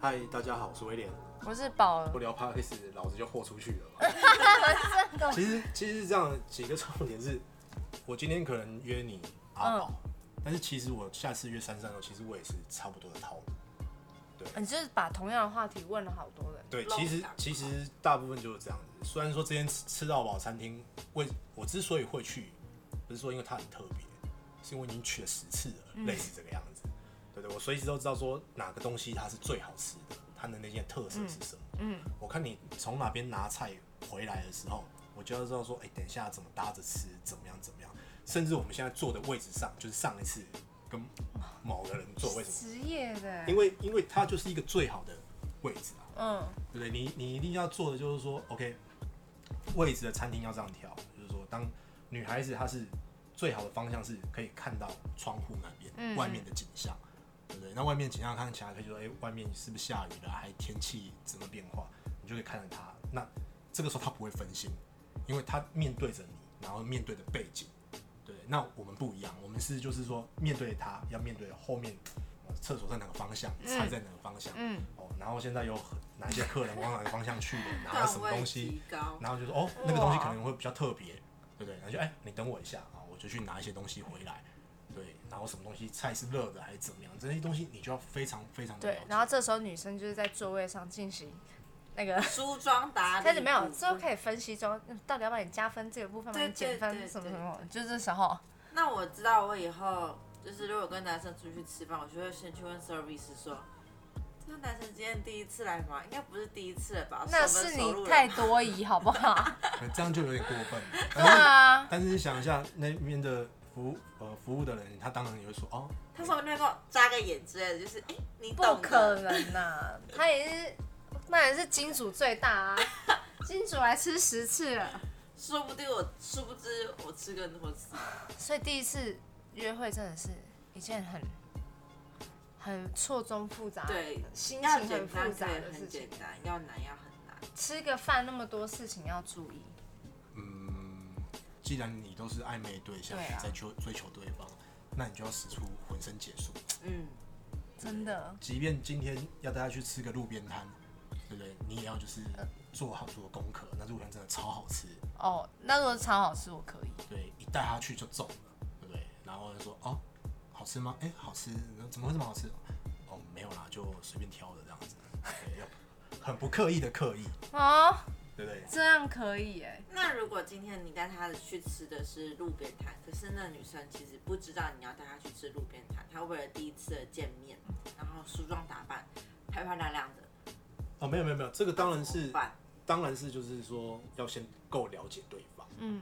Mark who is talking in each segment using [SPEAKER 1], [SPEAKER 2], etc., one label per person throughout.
[SPEAKER 1] 嗨，大家好，我是威廉。
[SPEAKER 2] 我是宝，
[SPEAKER 1] 不聊 podcast，老子就豁出去了 嘛。其实其实是这样的，几个重点是，我今天可能约你阿宝，但是其实我下次约珊珊的时候，其实我也是差不多的套路。
[SPEAKER 2] 你就是把同样的话题问了好多人。
[SPEAKER 1] 对，
[SPEAKER 3] 漏
[SPEAKER 1] 其实
[SPEAKER 3] 打
[SPEAKER 1] 其实大部分就是这样子。虽然说之前吃吃到饱餐厅，为我之所以会去，不是说因为它很特别，是因为我已经去了十次了，
[SPEAKER 2] 嗯
[SPEAKER 1] 类似这个样子。对对，我随时都知道说哪个东西它是最好吃的，它的那件特色是什么。
[SPEAKER 2] 嗯，
[SPEAKER 1] 我看你从哪边拿菜回来的时候，我就要知道说，哎、等一下怎么搭着吃，怎么样怎么样。甚至我们现在坐的位置上，就是上一次跟某个人坐为什么？
[SPEAKER 2] 职业的，
[SPEAKER 1] 因为因为它就是一个最好的位置啊。
[SPEAKER 2] 嗯
[SPEAKER 1] 对不对？你你一定要做的就是说，OK，位置的餐厅要这样调，就是说，当女孩子她是最好的方向是可以看到窗户那边、
[SPEAKER 2] 嗯
[SPEAKER 1] 外面的景象，对不对？那外面景象看起来可以说，哎、外面是不是下雨了，还天气怎么变化，你就可以看着她。那这个时候她不会分心，因为她面对着你，然后面对着背景。对，那我们不一样，我们是就是说面对她，要面对后面呃厕所在哪个方向，菜在哪个方向，
[SPEAKER 2] 嗯，
[SPEAKER 1] 哦，然后现在有很哪一些客人往哪个方向去了，拿了什
[SPEAKER 3] 段
[SPEAKER 1] 么
[SPEAKER 3] 位
[SPEAKER 1] 东西，
[SPEAKER 3] 极高，
[SPEAKER 1] 然后就说哦，那个东西可能会比较特别，对不对？然后就哎、你等我一下啊，我就去拿一些东西回来，对，然后什么东西菜是热的还是怎么样，这些东西你就要非常非常的
[SPEAKER 2] 对。然后这时候女生就是在座位上进行那 个，
[SPEAKER 3] 梳妆打理，
[SPEAKER 2] 开始没有，之后可以分析中嗯到底要不要你加分这个部分，
[SPEAKER 3] 对
[SPEAKER 2] 还是减分
[SPEAKER 3] 对对
[SPEAKER 2] 什么
[SPEAKER 3] 对
[SPEAKER 2] 什么，就这时候，
[SPEAKER 3] 那我知道，我以后就是如果跟男生出去吃饭，我就会先去问 service 说，这个男生今天第一次来吗？应该不是第一次了吧？
[SPEAKER 2] 那
[SPEAKER 3] 熟门
[SPEAKER 2] 是
[SPEAKER 3] 熟
[SPEAKER 2] 你
[SPEAKER 3] 路了
[SPEAKER 2] 太多疑好不 好？
[SPEAKER 1] 呃这样就有点过 分。
[SPEAKER 2] 对
[SPEAKER 1] 但是
[SPEAKER 2] 啊，
[SPEAKER 1] 但是你想一下，那边的服务呃服务的人，他当然也会说哦，
[SPEAKER 3] 他说那个眨个眼之类的，就是哎、你
[SPEAKER 2] 不
[SPEAKER 3] 懂
[SPEAKER 2] 可
[SPEAKER 3] 的。
[SPEAKER 2] 能呐、他也是，那也是金主最大啊，金主来吃十次了，
[SPEAKER 3] 说不定我殊不知我吃更多次，
[SPEAKER 2] 所以第一次约会真的是一件很很错综复杂，
[SPEAKER 3] 对
[SPEAKER 2] 心情
[SPEAKER 3] 要
[SPEAKER 2] 很
[SPEAKER 3] 简
[SPEAKER 2] 复
[SPEAKER 3] 单
[SPEAKER 2] 杂
[SPEAKER 3] 可以
[SPEAKER 2] 的事
[SPEAKER 3] 很
[SPEAKER 2] 情
[SPEAKER 3] 简。单，要难要很难。
[SPEAKER 2] 吃个饭那么多事情要注意，
[SPEAKER 1] 嗯，既然你都是暧昧对象，
[SPEAKER 2] 对啊
[SPEAKER 1] 你在追追求对方，那你就要使出浑身解数。
[SPEAKER 3] 嗯，
[SPEAKER 2] 真的。
[SPEAKER 1] 即便今天要带他去吃个路边摊，对不对？你也要就是
[SPEAKER 2] 呃
[SPEAKER 1] 做好做功课。那路边摊真的超好吃，
[SPEAKER 2] 哦，那如果超好吃，我可以。
[SPEAKER 1] 对，一带他去就中了，对不对？然后就说哦，好吃吗？哎、好吃，怎么会这么好吃？哦，没有啦，就随便挑的这样子，对，要很不刻意的刻意，
[SPEAKER 2] 哦，
[SPEAKER 1] 对不对？
[SPEAKER 2] 这样可以哎。
[SPEAKER 3] 那如果今天你带他去吃的是路边摊，可是那女生其实不知道你要带她去吃路边摊，她为了第一次的见面，然后梳妆打扮，漂漂亮亮的，
[SPEAKER 1] 哦，没有没有没有，这个当然
[SPEAKER 3] 怎么
[SPEAKER 1] 是
[SPEAKER 3] 办
[SPEAKER 1] 当然是就是说要先够了解对方，
[SPEAKER 2] 嗯，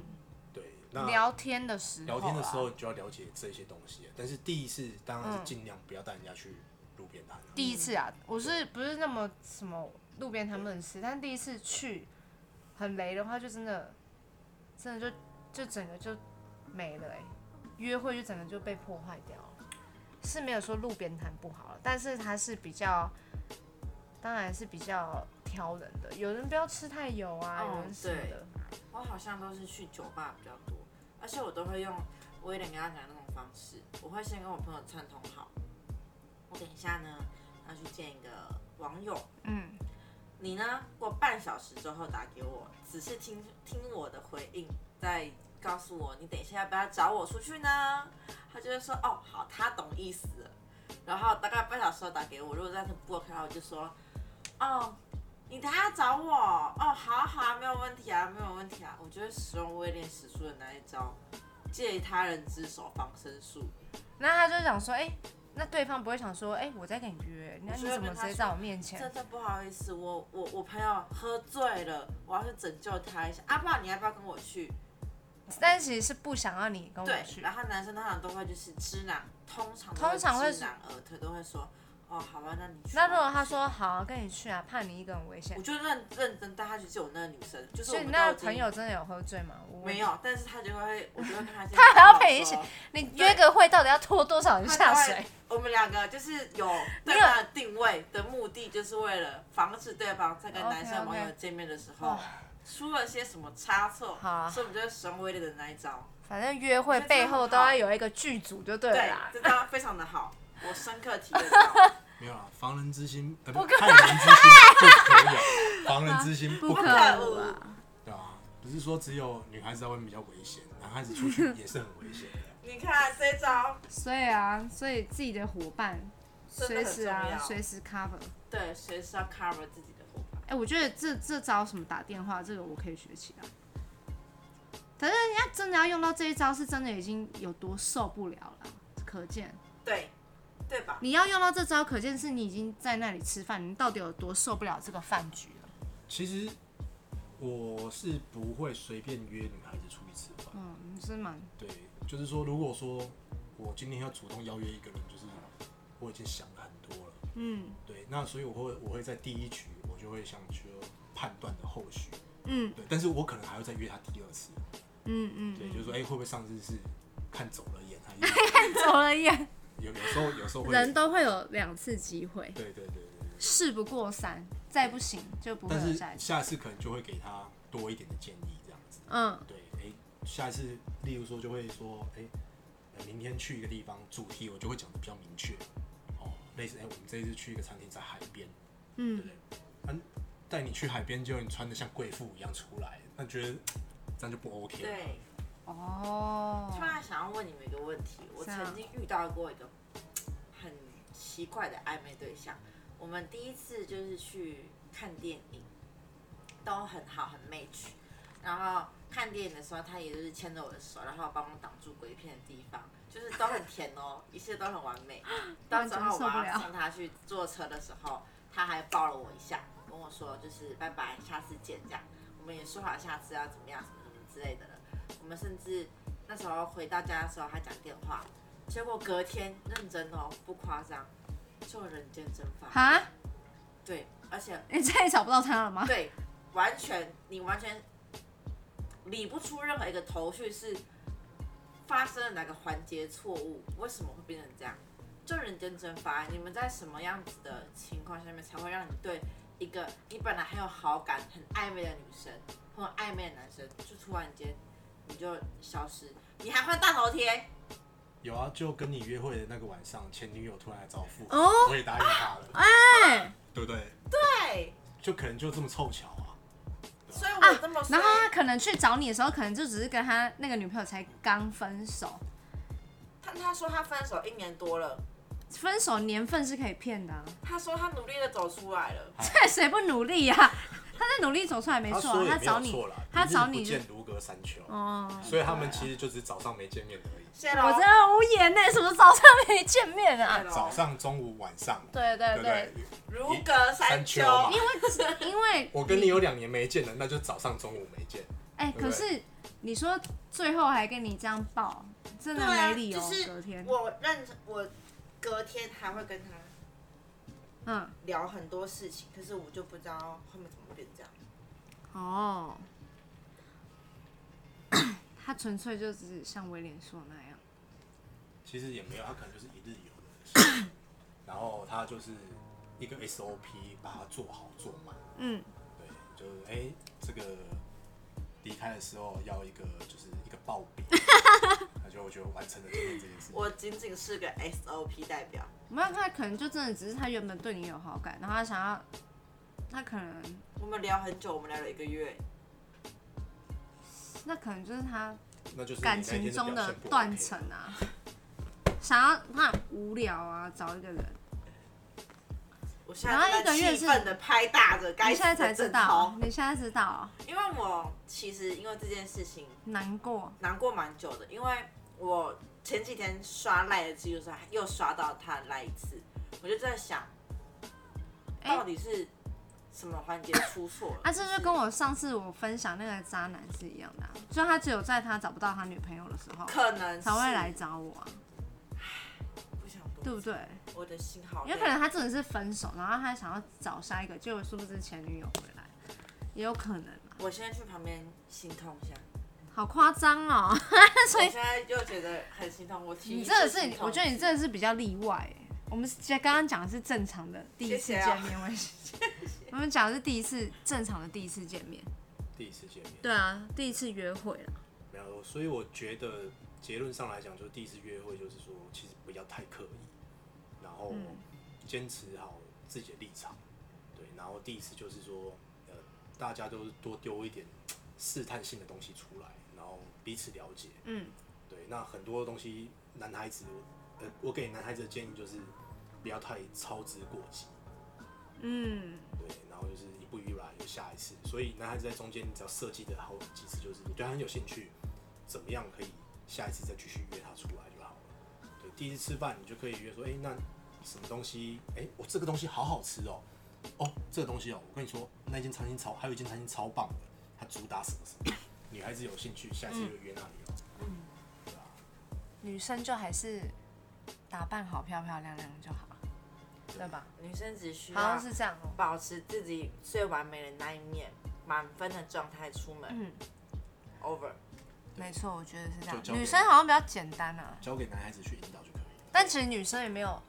[SPEAKER 1] 对，那
[SPEAKER 2] 聊天的时候啊，
[SPEAKER 1] 聊天的时候你就要了解这些东西了，但是第一次当然是尽量不要带人家去路边摊了。
[SPEAKER 2] 第一次啊，我是不是那么什么路边摊不能吃？但第一次去很雷的话，就真的真的就就整个就没了哎、约会就整个就被破坏掉了。是没有说路边摊不好了，但是它是比较，当然是比较挑人的。有人不要吃太油啊，
[SPEAKER 3] 哦
[SPEAKER 2] 有人什么的。
[SPEAKER 3] 我好像都是去酒吧比较多，而且我都会用我有点跟他讲的那种方式，我会先跟我朋友串通好，我等一下呢要去见一个网友，
[SPEAKER 2] 嗯，
[SPEAKER 3] 你呢过半小时之后打给我，仔细听听我的回应，再告诉我你等一下要不要找我出去呢？他就会说哦好，他懂意思了，然后大概半小时后打给我，如果再是不 OK 的话，我就说哦。你等下找我哦，好啊好啊，没有问题啊，没有问题啊。我就会使用威廉史书的那一招，借他人之手防身术。
[SPEAKER 2] 那他就想说，哎、那对方不会想说，哎、我在跟你约，那
[SPEAKER 3] 我
[SPEAKER 2] 你
[SPEAKER 3] 就会
[SPEAKER 2] 怎么
[SPEAKER 3] 跟
[SPEAKER 2] 直
[SPEAKER 3] 他
[SPEAKER 2] 接
[SPEAKER 3] 说
[SPEAKER 2] 在我面前
[SPEAKER 3] 真？的不好意思，我我我朋友喝醉了，我要去拯救他一下。阿、啊、爸，你要不要跟我去？
[SPEAKER 2] 但其实是不想要你跟我
[SPEAKER 3] 对，
[SPEAKER 2] 去。
[SPEAKER 3] 然后男生通常都会就是知难，通常都
[SPEAKER 2] 通常会
[SPEAKER 3] 知难而退，都会说哦，好吧，那你去吧。
[SPEAKER 2] 那如果他说好跟你去啊，怕你一个人危险
[SPEAKER 3] 我，就认认真带他去救我那个女生，就是
[SPEAKER 2] 所
[SPEAKER 3] 我
[SPEAKER 2] 以
[SPEAKER 3] 们
[SPEAKER 2] 你
[SPEAKER 3] 都
[SPEAKER 2] 那
[SPEAKER 3] 已
[SPEAKER 2] 个
[SPEAKER 3] 经
[SPEAKER 2] 朋友真的有喝醉吗？我
[SPEAKER 3] 没。有，但是他就会，我就会跟他
[SPEAKER 2] 他还要陪你一
[SPEAKER 3] 一
[SPEAKER 2] 起你约个会到底要拖多少人下 水？
[SPEAKER 3] 我们两个就是有
[SPEAKER 2] 你
[SPEAKER 3] 对
[SPEAKER 2] 有
[SPEAKER 3] 方的定位的目的，就是为了防止对方在跟
[SPEAKER 2] OK，
[SPEAKER 3] 男生网
[SPEAKER 2] OK
[SPEAKER 3] 友见面的时候出了些什么差错，
[SPEAKER 2] 啊好啊
[SPEAKER 3] 所以我们就会使用威力的那一招。
[SPEAKER 2] 反正约会背后都要有一个剧组就对了
[SPEAKER 3] 对
[SPEAKER 2] 啦，。
[SPEAKER 3] 这招非常的好。我深刻体验 到，
[SPEAKER 1] 没有啦，防人之心，呃，
[SPEAKER 2] 不
[SPEAKER 1] 不，
[SPEAKER 2] 可
[SPEAKER 1] 害人之心不可 有，防人之心不
[SPEAKER 3] 可
[SPEAKER 1] 可
[SPEAKER 3] 无
[SPEAKER 1] 有，
[SPEAKER 2] 啊！
[SPEAKER 1] 对啊，不是说只有女孩子在外面比较危险，男孩子出去也是很危险的。
[SPEAKER 3] 你看这招，
[SPEAKER 2] 所以啊，所以自己的伙伴
[SPEAKER 3] 真
[SPEAKER 2] 随
[SPEAKER 3] 的很
[SPEAKER 2] 时
[SPEAKER 3] 重
[SPEAKER 2] 啊，
[SPEAKER 3] 要
[SPEAKER 2] 随时 cover。
[SPEAKER 3] 对，随时要 cover 自己的伙伴。
[SPEAKER 2] 哎、我觉得这这招什么打电话，这个我可以学起来。可是人家真的要用到这一招，是真的已经有多受不了了，可见。
[SPEAKER 3] 对，对吧？
[SPEAKER 2] 你要用到这招，可见是你已经在那里吃饭，你到底有多受不了这个饭局了？
[SPEAKER 1] 其实我是不会随便约女孩子出去吃饭，
[SPEAKER 2] 嗯，你是蛮
[SPEAKER 1] 对，就是说，如果说我今天要主动邀约一个人，就是我已经想了很多了，
[SPEAKER 2] 嗯
[SPEAKER 1] 对，那所以我会我会在第一局我就会想去判断的后续，
[SPEAKER 2] 嗯
[SPEAKER 1] 对，但是我可能还会再约她第二次，
[SPEAKER 2] 嗯嗯，
[SPEAKER 1] 对，就是说，哎、会不会上次是看走了眼，还
[SPEAKER 2] 看走了眼，
[SPEAKER 1] 有有有时候有时候会，
[SPEAKER 2] 人都会有两次机会，
[SPEAKER 1] 对对对对对。
[SPEAKER 2] 事不过三，再不行就不会
[SPEAKER 1] 但
[SPEAKER 2] 有
[SPEAKER 1] 是
[SPEAKER 2] 下一次。
[SPEAKER 1] 下次可能就会给他多一点的建议，这样子。
[SPEAKER 2] 嗯
[SPEAKER 1] 对，哎、下一次，例如说就会说，哎、呃明天去一个地方，主题我就会讲的比较明确。哦，类似，哎、我们这一次去一个餐厅在海边，对不
[SPEAKER 2] 嗯，
[SPEAKER 1] 对？嗯，带你去海边，结果你穿的像贵妇一样出来，那觉得这样就不 OK 了。
[SPEAKER 3] 对，
[SPEAKER 2] 哦
[SPEAKER 3] 突，然想要问你们一个问题，我
[SPEAKER 2] 是啊
[SPEAKER 3] 曾经遇到过一个很奇怪的暧昧对象。我们第一次就是去看电影，都很好，很 match。然后看电影的时候，他也就是牵着我的手，然后帮我挡住鬼片的地方，就是都很甜哦，一切都很完 美。到时候
[SPEAKER 2] 完全受
[SPEAKER 3] 我
[SPEAKER 2] 不了
[SPEAKER 3] 要送他去坐车的时候，他还抱了我一下，跟我说就是拜拜，下次见这样。我们也说好下次要怎么样，什么什么之类的了。我们甚至那时候回到家的时候，他讲电话，结果隔天认真哦，不夸张，就人间蒸发。
[SPEAKER 2] 哈，
[SPEAKER 3] 对，而且
[SPEAKER 2] 你哎再也找不到他了吗？
[SPEAKER 3] 对，完全你完全理不出任何一个头绪，是发生了哪个环节错误，为什么会变成这样？就人间蒸发，你们在什么样子的情况下面才会让你对一个你本来很有好感、很暧昧的女生，或者暧昧的男生，就突然间你就消失，你还换大头贴？
[SPEAKER 1] 有啊，就跟你约会的那个晚上，前女友突然来找我复合，
[SPEAKER 2] 哦
[SPEAKER 1] 我也答应她了，
[SPEAKER 2] 哎，
[SPEAKER 1] 对不对？
[SPEAKER 2] 啊
[SPEAKER 3] 对，
[SPEAKER 1] 就可能就这么凑巧啊。
[SPEAKER 3] 所以我这么说，
[SPEAKER 2] 啊然后他可能去找你的时候，可能就只是跟他那个女朋友才刚分手，
[SPEAKER 3] 他他说他分手一年多了，
[SPEAKER 2] 分手年份是可以骗的、啊，
[SPEAKER 3] 他说他努力的走出来了。
[SPEAKER 2] 这谁不努力呀、啊？他在努力走出来，没
[SPEAKER 1] 他
[SPEAKER 2] 错、啊
[SPEAKER 1] 说，也
[SPEAKER 2] 他
[SPEAKER 1] 没
[SPEAKER 2] 找
[SPEAKER 1] 有
[SPEAKER 2] 你
[SPEAKER 1] 错啦，，
[SPEAKER 2] 他找
[SPEAKER 1] 一日
[SPEAKER 2] 你
[SPEAKER 1] 不
[SPEAKER 2] 就
[SPEAKER 1] 见如隔三秋。
[SPEAKER 2] 哦，
[SPEAKER 1] 所以他们其实就只是早上没见面而已，
[SPEAKER 3] 谢
[SPEAKER 2] 我
[SPEAKER 3] 喽
[SPEAKER 2] 真。的无言呢，什么早上没见面啊？
[SPEAKER 3] 对
[SPEAKER 1] 早上、中午、晚上，
[SPEAKER 2] 对对
[SPEAKER 1] 对不对？
[SPEAKER 3] 如隔三秋
[SPEAKER 1] 秋。嘛。
[SPEAKER 2] 对，因为
[SPEAKER 1] 我跟你有两年没见了，那就早上、中午没见。
[SPEAKER 2] 哎、
[SPEAKER 1] 对不
[SPEAKER 2] 可
[SPEAKER 1] 对
[SPEAKER 2] 是你说最后还跟你这样抱，真的
[SPEAKER 3] 对啊
[SPEAKER 2] 没理由。哦
[SPEAKER 3] 就是
[SPEAKER 2] 隔天，
[SPEAKER 3] 我认真我隔天还会跟他
[SPEAKER 2] 嗯，
[SPEAKER 3] 聊很多事情，可是我就不知道后面怎么变这样。
[SPEAKER 2] 哦， 他纯粹就只是像威廉说那样，
[SPEAKER 1] 其实也没有，他可能就是一日游 的，然后他就是一个 SOP 把它做好做满。
[SPEAKER 2] 嗯，
[SPEAKER 1] 对，就是哎、这个离开的时候要一个就是一个报 表，那就我觉得完成了今天这件事。
[SPEAKER 3] 我仅仅是个 SOP 代表，
[SPEAKER 2] 没有他可能就真的只是他原本对你有好感，然后他想要，他可能
[SPEAKER 3] 我们聊很久，我们聊了一个月。
[SPEAKER 2] 那可能就是他
[SPEAKER 1] 那就是你那
[SPEAKER 2] 感
[SPEAKER 1] 一天
[SPEAKER 2] 情
[SPEAKER 1] 表
[SPEAKER 2] 中的
[SPEAKER 1] 现不 OK
[SPEAKER 2] 断层啊，想要他很无聊啊，找一个人。
[SPEAKER 3] 我现在
[SPEAKER 2] 然后一
[SPEAKER 3] 正
[SPEAKER 2] 个月
[SPEAKER 3] 在
[SPEAKER 2] 是
[SPEAKER 3] 气愤的拍打着，该
[SPEAKER 2] 你
[SPEAKER 3] 死
[SPEAKER 2] 现在
[SPEAKER 3] 的
[SPEAKER 2] 才知
[SPEAKER 3] 枕
[SPEAKER 2] 道
[SPEAKER 3] 头，。
[SPEAKER 2] 你现在知道啊，
[SPEAKER 3] 因为我其实因为这件事情
[SPEAKER 2] 难过。
[SPEAKER 3] 难过蛮久的，因为我前几天刷赖的记录上又刷到他赖一次，我就在想，
[SPEAKER 2] 哎
[SPEAKER 3] 到底是什么环节出错了？
[SPEAKER 2] 啊，这就跟我上次我分享那个渣男是一样的、啊，就他只有在他找不到他女朋友的时候
[SPEAKER 3] 可能是
[SPEAKER 2] 才会来，找我啊，
[SPEAKER 3] 不想
[SPEAKER 2] 对
[SPEAKER 3] 多，
[SPEAKER 2] 不对？
[SPEAKER 3] 我的心好累
[SPEAKER 2] 因为可能他真的是分手，然后他想要找下一个，结果殊不知前女友回来，也有可能啊，
[SPEAKER 3] 我现在去旁边心痛一下，
[SPEAKER 2] 好夸张哦！
[SPEAKER 3] 我现在又觉得很心痛。我提
[SPEAKER 2] 你这个是，我觉得你这个是比较例外欸。我们其实刚刚讲的是正常的第一次
[SPEAKER 3] 谢谢啊
[SPEAKER 2] 见面，我也是我们讲的是第一次正常的第一次见面，
[SPEAKER 1] 第一次见面。
[SPEAKER 2] 对啊，第一次约会了，
[SPEAKER 1] 没有，所以我觉得结论上来讲，就是第一次约会，就是说其实不要太刻意，坚持好自己的立场，对，然后第一次就是说，呃，大家都多丢一点试探性的东西出来，然后彼此了解，
[SPEAKER 2] 嗯，
[SPEAKER 1] 对，那很多东西男孩子，呃，我给男孩子的建议就是不要太操之过急，
[SPEAKER 2] 嗯，
[SPEAKER 1] 对，然后就是一步一步来，有下一次。所以男孩子在中间，你只要设计的好几次，就是你对他很有兴趣，怎么样可以下一次再继续约他出来就好了。对，第一次吃饭你就可以约说，哎、那什么东西？哎、我这个东西好好吃哦，哦，这个东西哦，我跟你说，那间餐厅超，还有一间餐厅超棒的，它主打什么什么，女孩子有兴趣，下一次就约那里哦。对啊，
[SPEAKER 2] 女生就还是打扮好、漂漂亮亮就好，对吧？
[SPEAKER 3] 女生只需
[SPEAKER 2] 好像
[SPEAKER 3] 要
[SPEAKER 2] 是这样哦、
[SPEAKER 3] 保持自己最完美的那一面，满分的状态出门、
[SPEAKER 2] 嗯，
[SPEAKER 3] o v e r
[SPEAKER 2] 没错，我觉得是这样
[SPEAKER 1] 就。交给
[SPEAKER 2] 女生好像比较简单啊，
[SPEAKER 1] 交给男孩子去引导就可以了。
[SPEAKER 2] 但其实女生也没有，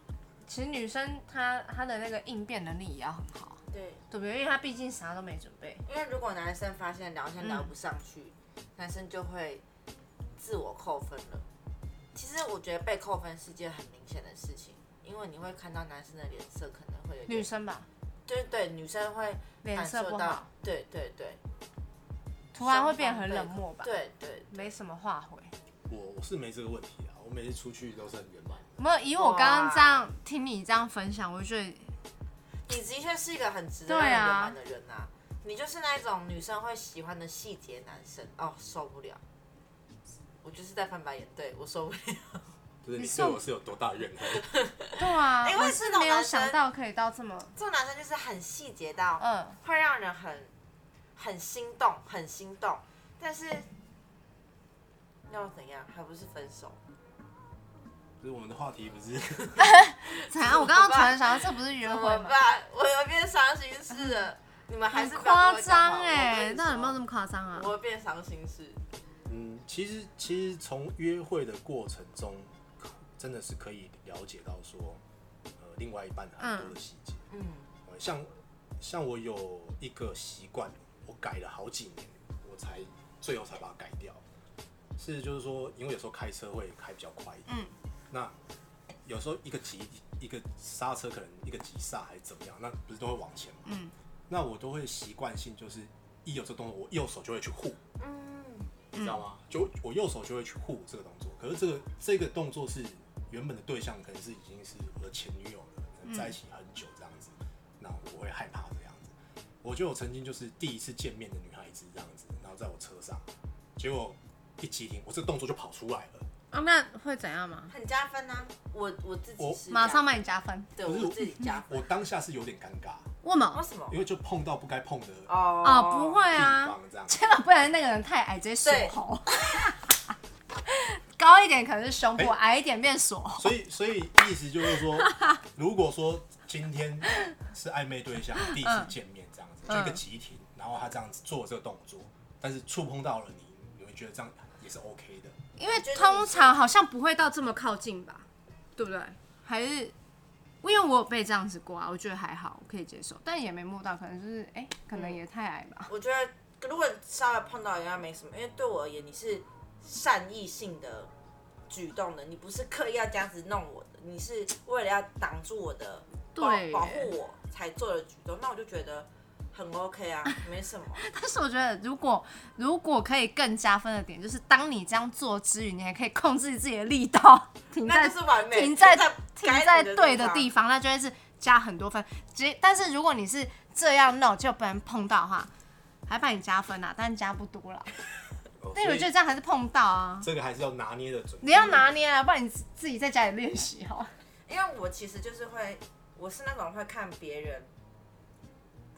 [SPEAKER 2] 其实女生她她的那个应变能力也要很好，啊
[SPEAKER 3] 对，
[SPEAKER 2] 对不对？因为她毕竟啥都没准备。
[SPEAKER 3] 因为如果男生发现聊天聊不上去，
[SPEAKER 2] 嗯
[SPEAKER 3] 男生就会自我扣分了。其实我觉得被扣分是件很明显的事情，因为你会看到男生的脸色可能会有
[SPEAKER 2] 女
[SPEAKER 3] 点，
[SPEAKER 2] 生吧，
[SPEAKER 3] 就是对女生会
[SPEAKER 2] 脸
[SPEAKER 3] 感
[SPEAKER 2] 色
[SPEAKER 3] 受
[SPEAKER 2] 不
[SPEAKER 3] 到
[SPEAKER 2] 好，，
[SPEAKER 3] 对对对
[SPEAKER 2] 突然会变得很冷漠吧，
[SPEAKER 3] 对对，
[SPEAKER 2] 没什么话回。
[SPEAKER 1] 我我是没这个问题啊，我每次出去都是很圆满的。
[SPEAKER 2] 没有，以我刚刚这样听你这样分享，我觉得
[SPEAKER 3] 你的确是一个很值得
[SPEAKER 2] 对啊
[SPEAKER 3] 让人圆满的人呐、你就是那一种女生会喜欢的细节男生，哦，受不了。我就是在翻白眼，对我受不了。
[SPEAKER 1] 就是你
[SPEAKER 2] 你
[SPEAKER 1] 对
[SPEAKER 2] 送
[SPEAKER 1] 我是有多大怨恨？
[SPEAKER 2] 对啊，
[SPEAKER 3] 因为
[SPEAKER 2] 我
[SPEAKER 3] 这
[SPEAKER 2] 是
[SPEAKER 3] 种
[SPEAKER 2] 没有
[SPEAKER 3] 男生
[SPEAKER 2] 想到可以到这么，
[SPEAKER 3] 这种男生就是很细节到，
[SPEAKER 2] 嗯，
[SPEAKER 3] 会让人很很心动，很心动。但是要怎样，还不是分手？
[SPEAKER 1] 就是我们的话题不是
[SPEAKER 2] 怎啊样？我刚刚突然想到，这不是约
[SPEAKER 3] 怎
[SPEAKER 2] 会
[SPEAKER 3] 么
[SPEAKER 2] 吗？
[SPEAKER 3] 办？我有变伤心 事了，你们还
[SPEAKER 2] 很
[SPEAKER 3] 是不要跟
[SPEAKER 2] 夸
[SPEAKER 3] 我讲话
[SPEAKER 2] 张哎，那有没有这？么
[SPEAKER 3] 么？
[SPEAKER 2] 夸张啊
[SPEAKER 3] 我？会变伤心事，
[SPEAKER 1] 嗯，其实其实从约会的过程中，可真的是可以了解到说，呃，另外一半很多的细节。
[SPEAKER 3] 嗯，
[SPEAKER 1] 呃像像我有一个习惯，我改了好几年，我才最后才把它改掉。是就是说，因为有时候开车会开比较快一点，
[SPEAKER 2] 嗯，
[SPEAKER 1] 那有时候一个急一个刹车可能一个急刹还是怎么样，那不是都会往前吗？
[SPEAKER 2] 嗯，
[SPEAKER 1] 那我都会习惯性就是一有这动作，我右手就会去护。
[SPEAKER 3] 嗯，
[SPEAKER 1] 你知道吗？就我右手就会去护这个动作，可是这个这个动作是原本的对象可能是已经是我的前女友了，可能在一起很久这样子，那我会害怕这样子。我就有曾经就是第一次见面的女孩子这样子，然后在我车上，结果一急停，我这个动作就跑出来了，
[SPEAKER 2] 啊，那会怎样吗？
[SPEAKER 3] 很加分呐。我我自己
[SPEAKER 1] 我
[SPEAKER 3] 是
[SPEAKER 2] 马上
[SPEAKER 3] 加
[SPEAKER 2] 帮你加分。
[SPEAKER 3] 对
[SPEAKER 1] 不是
[SPEAKER 3] 我自己加分。
[SPEAKER 1] 我当下是有点尴尬，
[SPEAKER 2] 为什
[SPEAKER 3] 为
[SPEAKER 2] 么？
[SPEAKER 3] 什么？
[SPEAKER 1] 因为就碰到不该碰的地
[SPEAKER 3] 哦
[SPEAKER 2] 啊，不。会啊
[SPEAKER 1] 方，这样子。
[SPEAKER 2] 千万不然那个人太矮，直接锁 喉。高一点可能是胸部，
[SPEAKER 1] 哎
[SPEAKER 2] 矮一点变锁喉。
[SPEAKER 1] 所以，所以意思就是说，如果说今天是暧昧对象第一
[SPEAKER 2] 嗯
[SPEAKER 1] 次见面这样子，就一个急停，然后他这样子做这个动作，但是触碰到了你，你会觉得这样也是 OK 的。
[SPEAKER 2] 因为
[SPEAKER 3] 觉得
[SPEAKER 2] 通
[SPEAKER 3] 你是
[SPEAKER 2] 常好像不会到这么靠近吧，对不对？还是因为我有被这样子过啊，我觉得还好，我可以接受，但也没摸到，可能就是哎、可能也太矮吧。
[SPEAKER 3] 我觉得如果稍微碰到一下没什么，因为对我而言你是善意性的举动的，你不是刻意要这样子弄我的，你是为了要挡住我的保
[SPEAKER 2] 对耶
[SPEAKER 3] 保护我才做的举动，那我就觉得很 OK 啊，没什么。
[SPEAKER 2] 但是我觉得，如果如果可以更加分的点，就是当你这样做之余，你还可以控制自己的力道，停
[SPEAKER 3] 那
[SPEAKER 2] 在
[SPEAKER 3] 就是完美，
[SPEAKER 2] 停在
[SPEAKER 3] 停
[SPEAKER 2] 停在对的
[SPEAKER 3] 的
[SPEAKER 2] 地
[SPEAKER 3] 方。
[SPEAKER 2] 方，那就会是加很多分。只但是如果你是这样弄，就不能碰到的话，还帮你加分啊，但加不多啦。
[SPEAKER 1] 哦
[SPEAKER 2] 但我觉
[SPEAKER 1] 所
[SPEAKER 2] 得
[SPEAKER 1] 以
[SPEAKER 2] 这样还是碰到啊，
[SPEAKER 1] 这个还是要拿捏的准。
[SPEAKER 2] 你要拿捏啊，不然你自自己在家里练习哦 好了。
[SPEAKER 3] 因为我其实就是会，我是那种会看别人。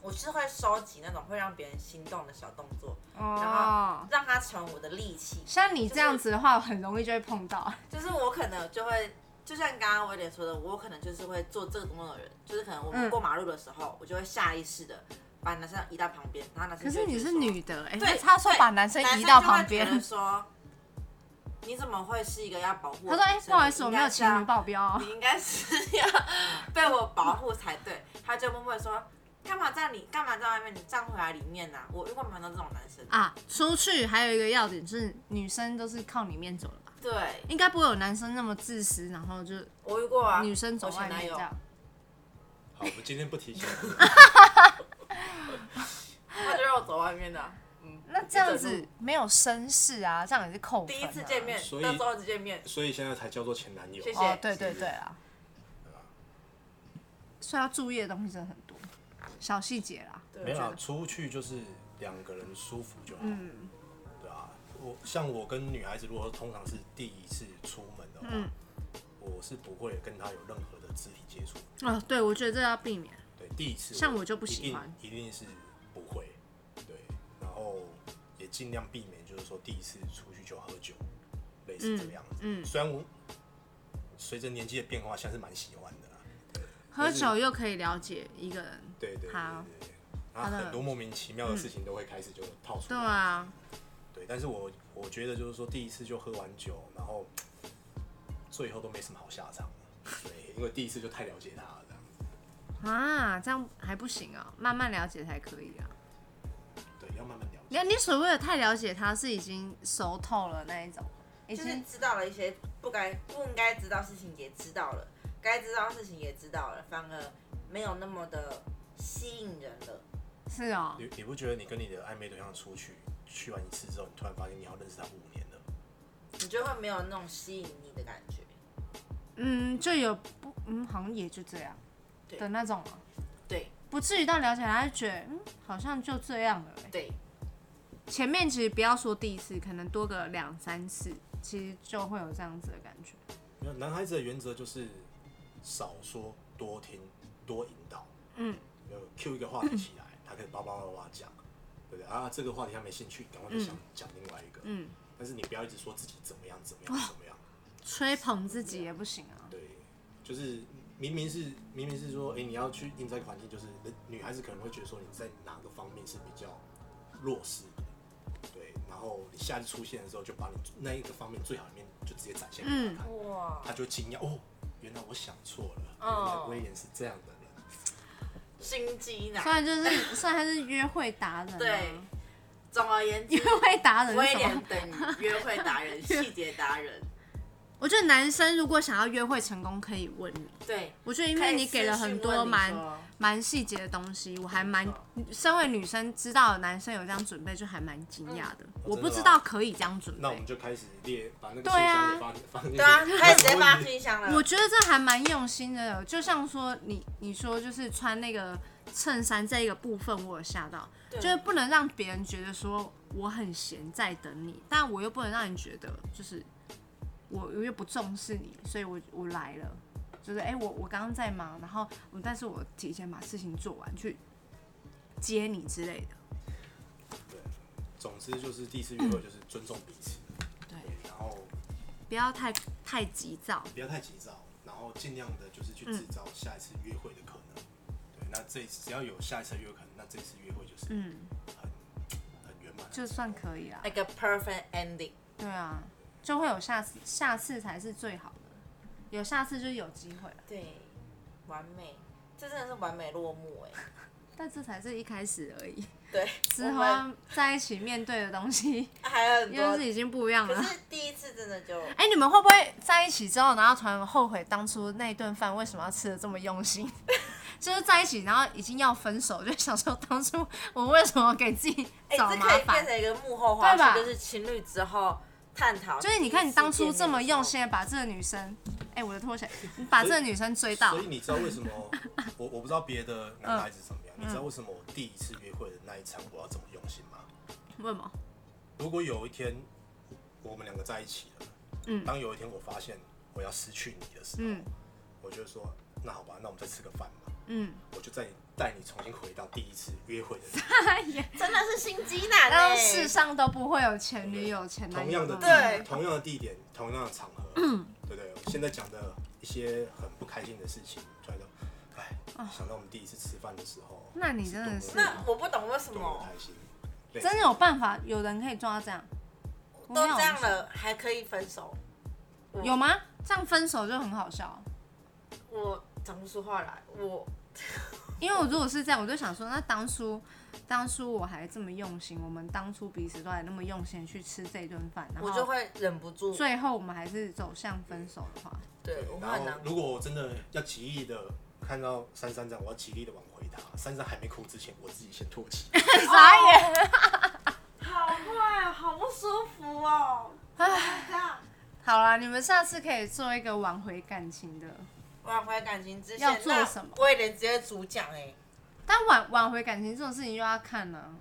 [SPEAKER 3] 我是会收集那种会让别人心动的小动作，
[SPEAKER 2] 哦，
[SPEAKER 3] 让它成我的利器。
[SPEAKER 2] 像你这样子的话，很容易就会碰到。啊
[SPEAKER 3] 就是我可能就会，就像刚刚威廉说的，我可能就是会做这个动作的人，就是可能我
[SPEAKER 2] 嗯
[SPEAKER 3] 们过马路的时候，我就会下意识的把男生移到旁边，然后男生
[SPEAKER 2] 可是
[SPEAKER 3] 就
[SPEAKER 2] 你
[SPEAKER 3] 会觉
[SPEAKER 2] 是
[SPEAKER 3] 得
[SPEAKER 2] 女的，哎、
[SPEAKER 3] 说，对，
[SPEAKER 2] 他说
[SPEAKER 3] 对
[SPEAKER 2] 把男生移到旁边
[SPEAKER 3] 男，生就会觉得说你怎么会是一个要保护
[SPEAKER 2] 他说
[SPEAKER 3] 我的女
[SPEAKER 2] 哎、
[SPEAKER 3] 生？
[SPEAKER 2] 不好意思，我
[SPEAKER 3] 你
[SPEAKER 2] 没有
[SPEAKER 3] 应该是
[SPEAKER 2] 情
[SPEAKER 3] 要
[SPEAKER 2] 侣报标、哦。
[SPEAKER 3] 你应该是要 被我保护才对。他就默默地说，干嘛在你干嘛在外面，你站回来里面呐、我遇过蛮多这种男生，
[SPEAKER 2] 啊，出去还有一个要点就是，女生都是靠里面走的吧，
[SPEAKER 3] 对
[SPEAKER 2] 应该不会有男生那么自私，然后就
[SPEAKER 3] 我遇过啊，
[SPEAKER 2] 女生走
[SPEAKER 3] 我前
[SPEAKER 2] 外
[SPEAKER 3] 男
[SPEAKER 2] 面
[SPEAKER 3] 友
[SPEAKER 2] 这样。
[SPEAKER 1] 好，我们今天不提醒你。
[SPEAKER 3] 他就让我走外面的啊、嗯，
[SPEAKER 2] 那这样
[SPEAKER 3] 一整
[SPEAKER 2] 子
[SPEAKER 3] 路
[SPEAKER 2] 没有绅士啊，这样也是扣分、
[SPEAKER 3] 第
[SPEAKER 2] 啊。
[SPEAKER 3] 一次见面，
[SPEAKER 1] 所以
[SPEAKER 3] 那时候只见面，
[SPEAKER 1] 所以现在才叫做前男友。
[SPEAKER 3] 谢谢
[SPEAKER 2] 哦，对对对啊，所以要注意的东西真的很多，小细节啦。
[SPEAKER 1] 没有啊
[SPEAKER 3] 我
[SPEAKER 1] 啦
[SPEAKER 3] 觉得，
[SPEAKER 1] 出去就是两个人舒服就好，
[SPEAKER 2] 嗯，
[SPEAKER 1] 对啊。我像我跟女孩子，如果通常是第一次出门的话，
[SPEAKER 2] 嗯
[SPEAKER 1] 我是不会跟她有任何的肢体接触。
[SPEAKER 2] 哦，对，我觉得这要避免。
[SPEAKER 1] 对，第一次
[SPEAKER 2] 像我就不喜欢
[SPEAKER 1] 一定，一定是不会。对，然后也尽量避免，就是说第一次出去就喝酒，类似这个样子。
[SPEAKER 2] 嗯嗯
[SPEAKER 1] 虽然我随着年纪的变化，现在是蛮喜欢的啦。
[SPEAKER 2] 喝酒又可以了解一个人，
[SPEAKER 1] 对对对对
[SPEAKER 2] 好
[SPEAKER 1] 对。然
[SPEAKER 2] 好
[SPEAKER 1] 后
[SPEAKER 2] 的嗯
[SPEAKER 1] 很多莫名其妙的事情都会开始就套出
[SPEAKER 2] 对
[SPEAKER 1] 来。
[SPEAKER 2] 啊，
[SPEAKER 1] 对，但是我我觉得就是说，第一次就喝完酒，然后最后都没什么好下场的，对，因为第一次就太了解他了，这样子，
[SPEAKER 2] 啊，这样还不行啊、慢慢了解才可以啊。
[SPEAKER 1] 对，要慢慢了
[SPEAKER 2] 你
[SPEAKER 1] 解。
[SPEAKER 2] 看，你所谓的太了解他，是已经熟透了那一种，已
[SPEAKER 3] 就是
[SPEAKER 2] 经
[SPEAKER 3] 知道了一些不该不应该知道事情也知道了，该知道事情也知道了，反而没有那么的吸引人了。
[SPEAKER 2] 是哦，
[SPEAKER 1] 你你不觉得你跟你的暧昧对象出去去完一次之后，你突然发现你要认识他五年了？
[SPEAKER 3] 你就会没有那种吸引你的感觉。
[SPEAKER 2] 嗯，就有不，嗯，好像也就这样
[SPEAKER 3] 对
[SPEAKER 2] 的那种了，
[SPEAKER 3] 对
[SPEAKER 2] 不至于到了解他就觉得，嗯，好像就这样了、欸。
[SPEAKER 3] 对，
[SPEAKER 2] 前面其实不要说第一次，可能多个两三次，其实就会有这样子的感觉。
[SPEAKER 1] 没有男孩子的原则就是少说多听多引导，
[SPEAKER 2] 嗯，
[SPEAKER 1] 有 Q 一个话题起来，他可以叭叭叭叭讲，对不对啊？这个话题他没兴趣，赶快就想讲另外一个，
[SPEAKER 2] 嗯，
[SPEAKER 1] 但是你不要一直说自己怎么样怎么样怎么样。
[SPEAKER 2] 吹捧自己也不行啊。
[SPEAKER 1] 对，就是明明是明明是说，哎、你要去营造一个环境，就是呃女孩子可能会觉得说你在哪个方面是比较弱势的，对，然后你下次出现的时候，就把你那一个方面最好的一面就直接展现给她看，
[SPEAKER 3] 哇
[SPEAKER 1] 她、就惊讶哦，原来我想错了，原
[SPEAKER 3] 哦
[SPEAKER 1] 来威廉是这样的人，
[SPEAKER 3] 心
[SPEAKER 2] 虽
[SPEAKER 3] 机男。
[SPEAKER 2] 然就是， 虽然他是约会达人、啊，
[SPEAKER 3] 对，总而言 之
[SPEAKER 2] 约，会达人是
[SPEAKER 3] 威
[SPEAKER 2] 什
[SPEAKER 3] 廉
[SPEAKER 2] 么？
[SPEAKER 3] 等于约会达人、细节达 人。
[SPEAKER 2] 我觉得男生如果想要约会成功，可以问你。
[SPEAKER 3] 对，
[SPEAKER 2] 我觉得因为你给了很
[SPEAKER 3] 可以私
[SPEAKER 2] 多
[SPEAKER 3] 讯问你
[SPEAKER 2] 蛮
[SPEAKER 3] 说
[SPEAKER 2] 蛮细节的东西，我还蛮
[SPEAKER 3] 没
[SPEAKER 2] 身为女生知道男生有这样准备，就还蛮惊讶
[SPEAKER 3] 嗯
[SPEAKER 2] 的。我
[SPEAKER 1] 真的
[SPEAKER 2] 不知
[SPEAKER 1] 吗
[SPEAKER 2] 道可以这样准
[SPEAKER 1] 那我
[SPEAKER 3] 啊
[SPEAKER 1] 们
[SPEAKER 2] 备，
[SPEAKER 1] 就开始列，把那个
[SPEAKER 2] 对
[SPEAKER 1] 信
[SPEAKER 2] 啊
[SPEAKER 1] 箱给放放进去，
[SPEAKER 3] 对啊，开始直接发
[SPEAKER 1] 进
[SPEAKER 3] 信箱
[SPEAKER 2] 我
[SPEAKER 3] 了。
[SPEAKER 2] 觉得这还蛮用心的。就像说你你说就是穿那个衬衫这一个部分，我有吓到，
[SPEAKER 3] 对
[SPEAKER 2] 就是不能让别人觉得说我很闲在等你，但我又不能让你觉得就是我我又不重视你，所以我我来了。就是哎、我我刚刚在忙，然后我但是我提前把事情做完去接你之类的。
[SPEAKER 1] 对，总之就是第一次约会就是尊重彼此，
[SPEAKER 2] 对
[SPEAKER 1] 对，然后
[SPEAKER 2] 不要太太急躁。
[SPEAKER 1] 不要太急躁，然后尽量的就是去制造下一次约会的可能。对，那这一次只要有下一次约会可能，那这次约会就是很、
[SPEAKER 2] 嗯，
[SPEAKER 1] 很圆满。
[SPEAKER 2] 就算可以啦。
[SPEAKER 3] 那个 perfect ending，
[SPEAKER 2] 对啊，就会有下次，下次才是最好的。有下次就有机会了，
[SPEAKER 3] 对，完美，这真的是完美落幕哎。
[SPEAKER 2] 但这才是一开始而已。
[SPEAKER 3] 对，
[SPEAKER 2] 之
[SPEAKER 3] 我
[SPEAKER 2] 后啊
[SPEAKER 3] 们
[SPEAKER 2] 要在一起面对的东西，
[SPEAKER 3] 还有很
[SPEAKER 2] 又
[SPEAKER 3] 多
[SPEAKER 2] 是已经不一样
[SPEAKER 3] 可
[SPEAKER 2] 了。
[SPEAKER 3] 是第一次真的 就
[SPEAKER 2] 哎、你们会不会在一起之后，然后突然后悔当初那一顿饭为什么要吃的这么用心？ 就是在一起，然后已经要分手，就想说当初我为什么给自己
[SPEAKER 3] 哎、
[SPEAKER 2] 找
[SPEAKER 3] 这
[SPEAKER 2] 麻
[SPEAKER 3] 可以
[SPEAKER 2] 烦
[SPEAKER 3] 变？成一个幕后花
[SPEAKER 2] 对吧
[SPEAKER 3] 絮，就是情侣之后探讨。
[SPEAKER 2] 就是你看，你当初这么用，心的把这个女生，哎、我的拖鞋，你把这个女生追到
[SPEAKER 1] 所以，你知道为什么 我我不知道别的男孩子怎么样？
[SPEAKER 2] 嗯
[SPEAKER 1] 你知道为什么我第一次约会的那一场我要这么用心吗？
[SPEAKER 2] 为什么？
[SPEAKER 1] 如果有一天我们两个在一起了，
[SPEAKER 2] 嗯
[SPEAKER 1] 当有一天我发现我要失去你的时候，
[SPEAKER 2] 嗯
[SPEAKER 1] 我就说那好吧，那我们再吃个饭吧。
[SPEAKER 2] 嗯，
[SPEAKER 1] 我就再带你重新回到第一次约会的那
[SPEAKER 3] 真的是心 机男
[SPEAKER 2] 然后
[SPEAKER 3] 哎、
[SPEAKER 2] 世上都不会有前女友、前男
[SPEAKER 1] 同
[SPEAKER 2] 友
[SPEAKER 1] 样的
[SPEAKER 2] 吧
[SPEAKER 1] 地
[SPEAKER 3] 对
[SPEAKER 1] 同样的地点，同样的场合，
[SPEAKER 2] 嗯
[SPEAKER 1] 对不对？我现在讲的一些很不开心的事情，突然就，哎，想到我们第一次吃饭的时候，
[SPEAKER 2] 啊那你真的是
[SPEAKER 1] 多么
[SPEAKER 3] 那我不懂为什
[SPEAKER 1] 多么
[SPEAKER 3] 么
[SPEAKER 1] 开心，类似
[SPEAKER 2] 真的有办法，有人可以做到这样？我没
[SPEAKER 3] 都
[SPEAKER 2] 有
[SPEAKER 3] 这样，了还可以分手，
[SPEAKER 2] 有吗？这样分手就很好笑，
[SPEAKER 3] 我讲不出话来，我
[SPEAKER 2] 因为我如果是这样，我就想说，那当初。当初我还这么用心，我们当初彼此都还那么用心去吃这顿饭，然
[SPEAKER 3] 我就
[SPEAKER 2] 后
[SPEAKER 3] 会忍不住，
[SPEAKER 2] 最后我们还是走向分手的话，
[SPEAKER 3] 对，我会
[SPEAKER 1] 然
[SPEAKER 2] 啊
[SPEAKER 3] 很
[SPEAKER 1] 后
[SPEAKER 3] 难过。
[SPEAKER 1] 如果我真的要极力的看到珊珊这样，我要极力的往回答。珊珊还没哭之前，我自己先唾弃。
[SPEAKER 2] 傻眼。
[SPEAKER 3] 好快，好不舒服哦！哎，
[SPEAKER 2] 好啦，你们下次可以做一个挽回感情的，
[SPEAKER 3] 挽回感情之前
[SPEAKER 2] 要做什么
[SPEAKER 3] 那威廉直接主讲哎、
[SPEAKER 2] 但挽挽回感情这种事情又要看啊呢、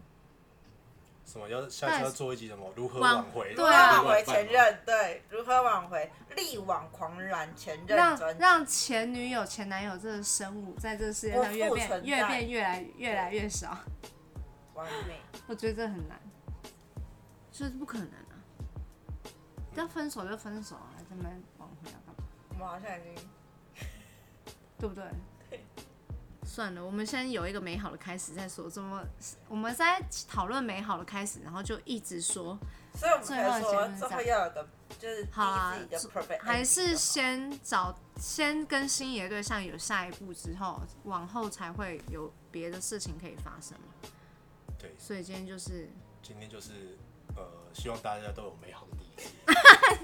[SPEAKER 1] 什么要下次要做一集什么如何
[SPEAKER 2] 挽
[SPEAKER 1] 挽回？
[SPEAKER 2] 对啊
[SPEAKER 1] 如何
[SPEAKER 2] 如何
[SPEAKER 3] 挽
[SPEAKER 1] 挽
[SPEAKER 3] 回前任，对，如何挽回？力挽狂澜前任
[SPEAKER 2] 让
[SPEAKER 3] 专辑，
[SPEAKER 2] 让前女友、前男友这个生物在这个世界上越
[SPEAKER 3] 不复存
[SPEAKER 2] 变
[SPEAKER 3] 在
[SPEAKER 2] 越变越来越来越少，
[SPEAKER 3] 完美。
[SPEAKER 2] 我觉得这很难，这是不可能啊！要分手就分手啊，还这么挽回要干嘛？
[SPEAKER 3] 我们好像已经
[SPEAKER 2] 对不对？算了，我们先有一个美好的开始再说。怎么？我们在讨论美好的开始，然后就一直说
[SPEAKER 3] 所以我们可以
[SPEAKER 2] 最后的
[SPEAKER 3] 说
[SPEAKER 2] 结论是这样
[SPEAKER 3] 最后要有个就是第
[SPEAKER 2] 好啊
[SPEAKER 3] 一自己的 perfect，
[SPEAKER 2] 还
[SPEAKER 3] ending
[SPEAKER 2] 是
[SPEAKER 3] 就好
[SPEAKER 2] 先找先跟心仪的对象有下一步之后，往后才会有别的事情可以发生嘛。
[SPEAKER 1] 对，
[SPEAKER 2] 所以今天就是
[SPEAKER 1] 今天就是呃，希望大家都有美好的第一天。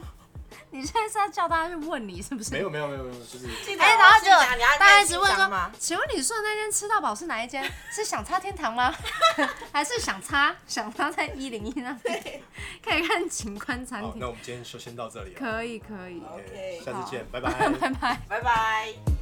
[SPEAKER 2] 你现在是要叫大家去问你是不是？
[SPEAKER 1] 没有没有没有没有， 就是
[SPEAKER 3] 记得
[SPEAKER 2] 哎、然后
[SPEAKER 3] 我是哪里
[SPEAKER 2] 就大家一直问
[SPEAKER 3] 你要认真
[SPEAKER 2] 说
[SPEAKER 3] 讲吗，
[SPEAKER 2] 请问你说的那间吃到饱是哪一间？是想擦天堂 吗？还是想擦想擦在一零一那边？可以 看景观餐
[SPEAKER 1] 好，那
[SPEAKER 2] 厅。
[SPEAKER 1] 我们今天就先到这里了。
[SPEAKER 2] 可以可以，
[SPEAKER 1] OK，
[SPEAKER 3] OK，
[SPEAKER 1] 下次见，拜
[SPEAKER 2] 拜拜。
[SPEAKER 3] 拜拜。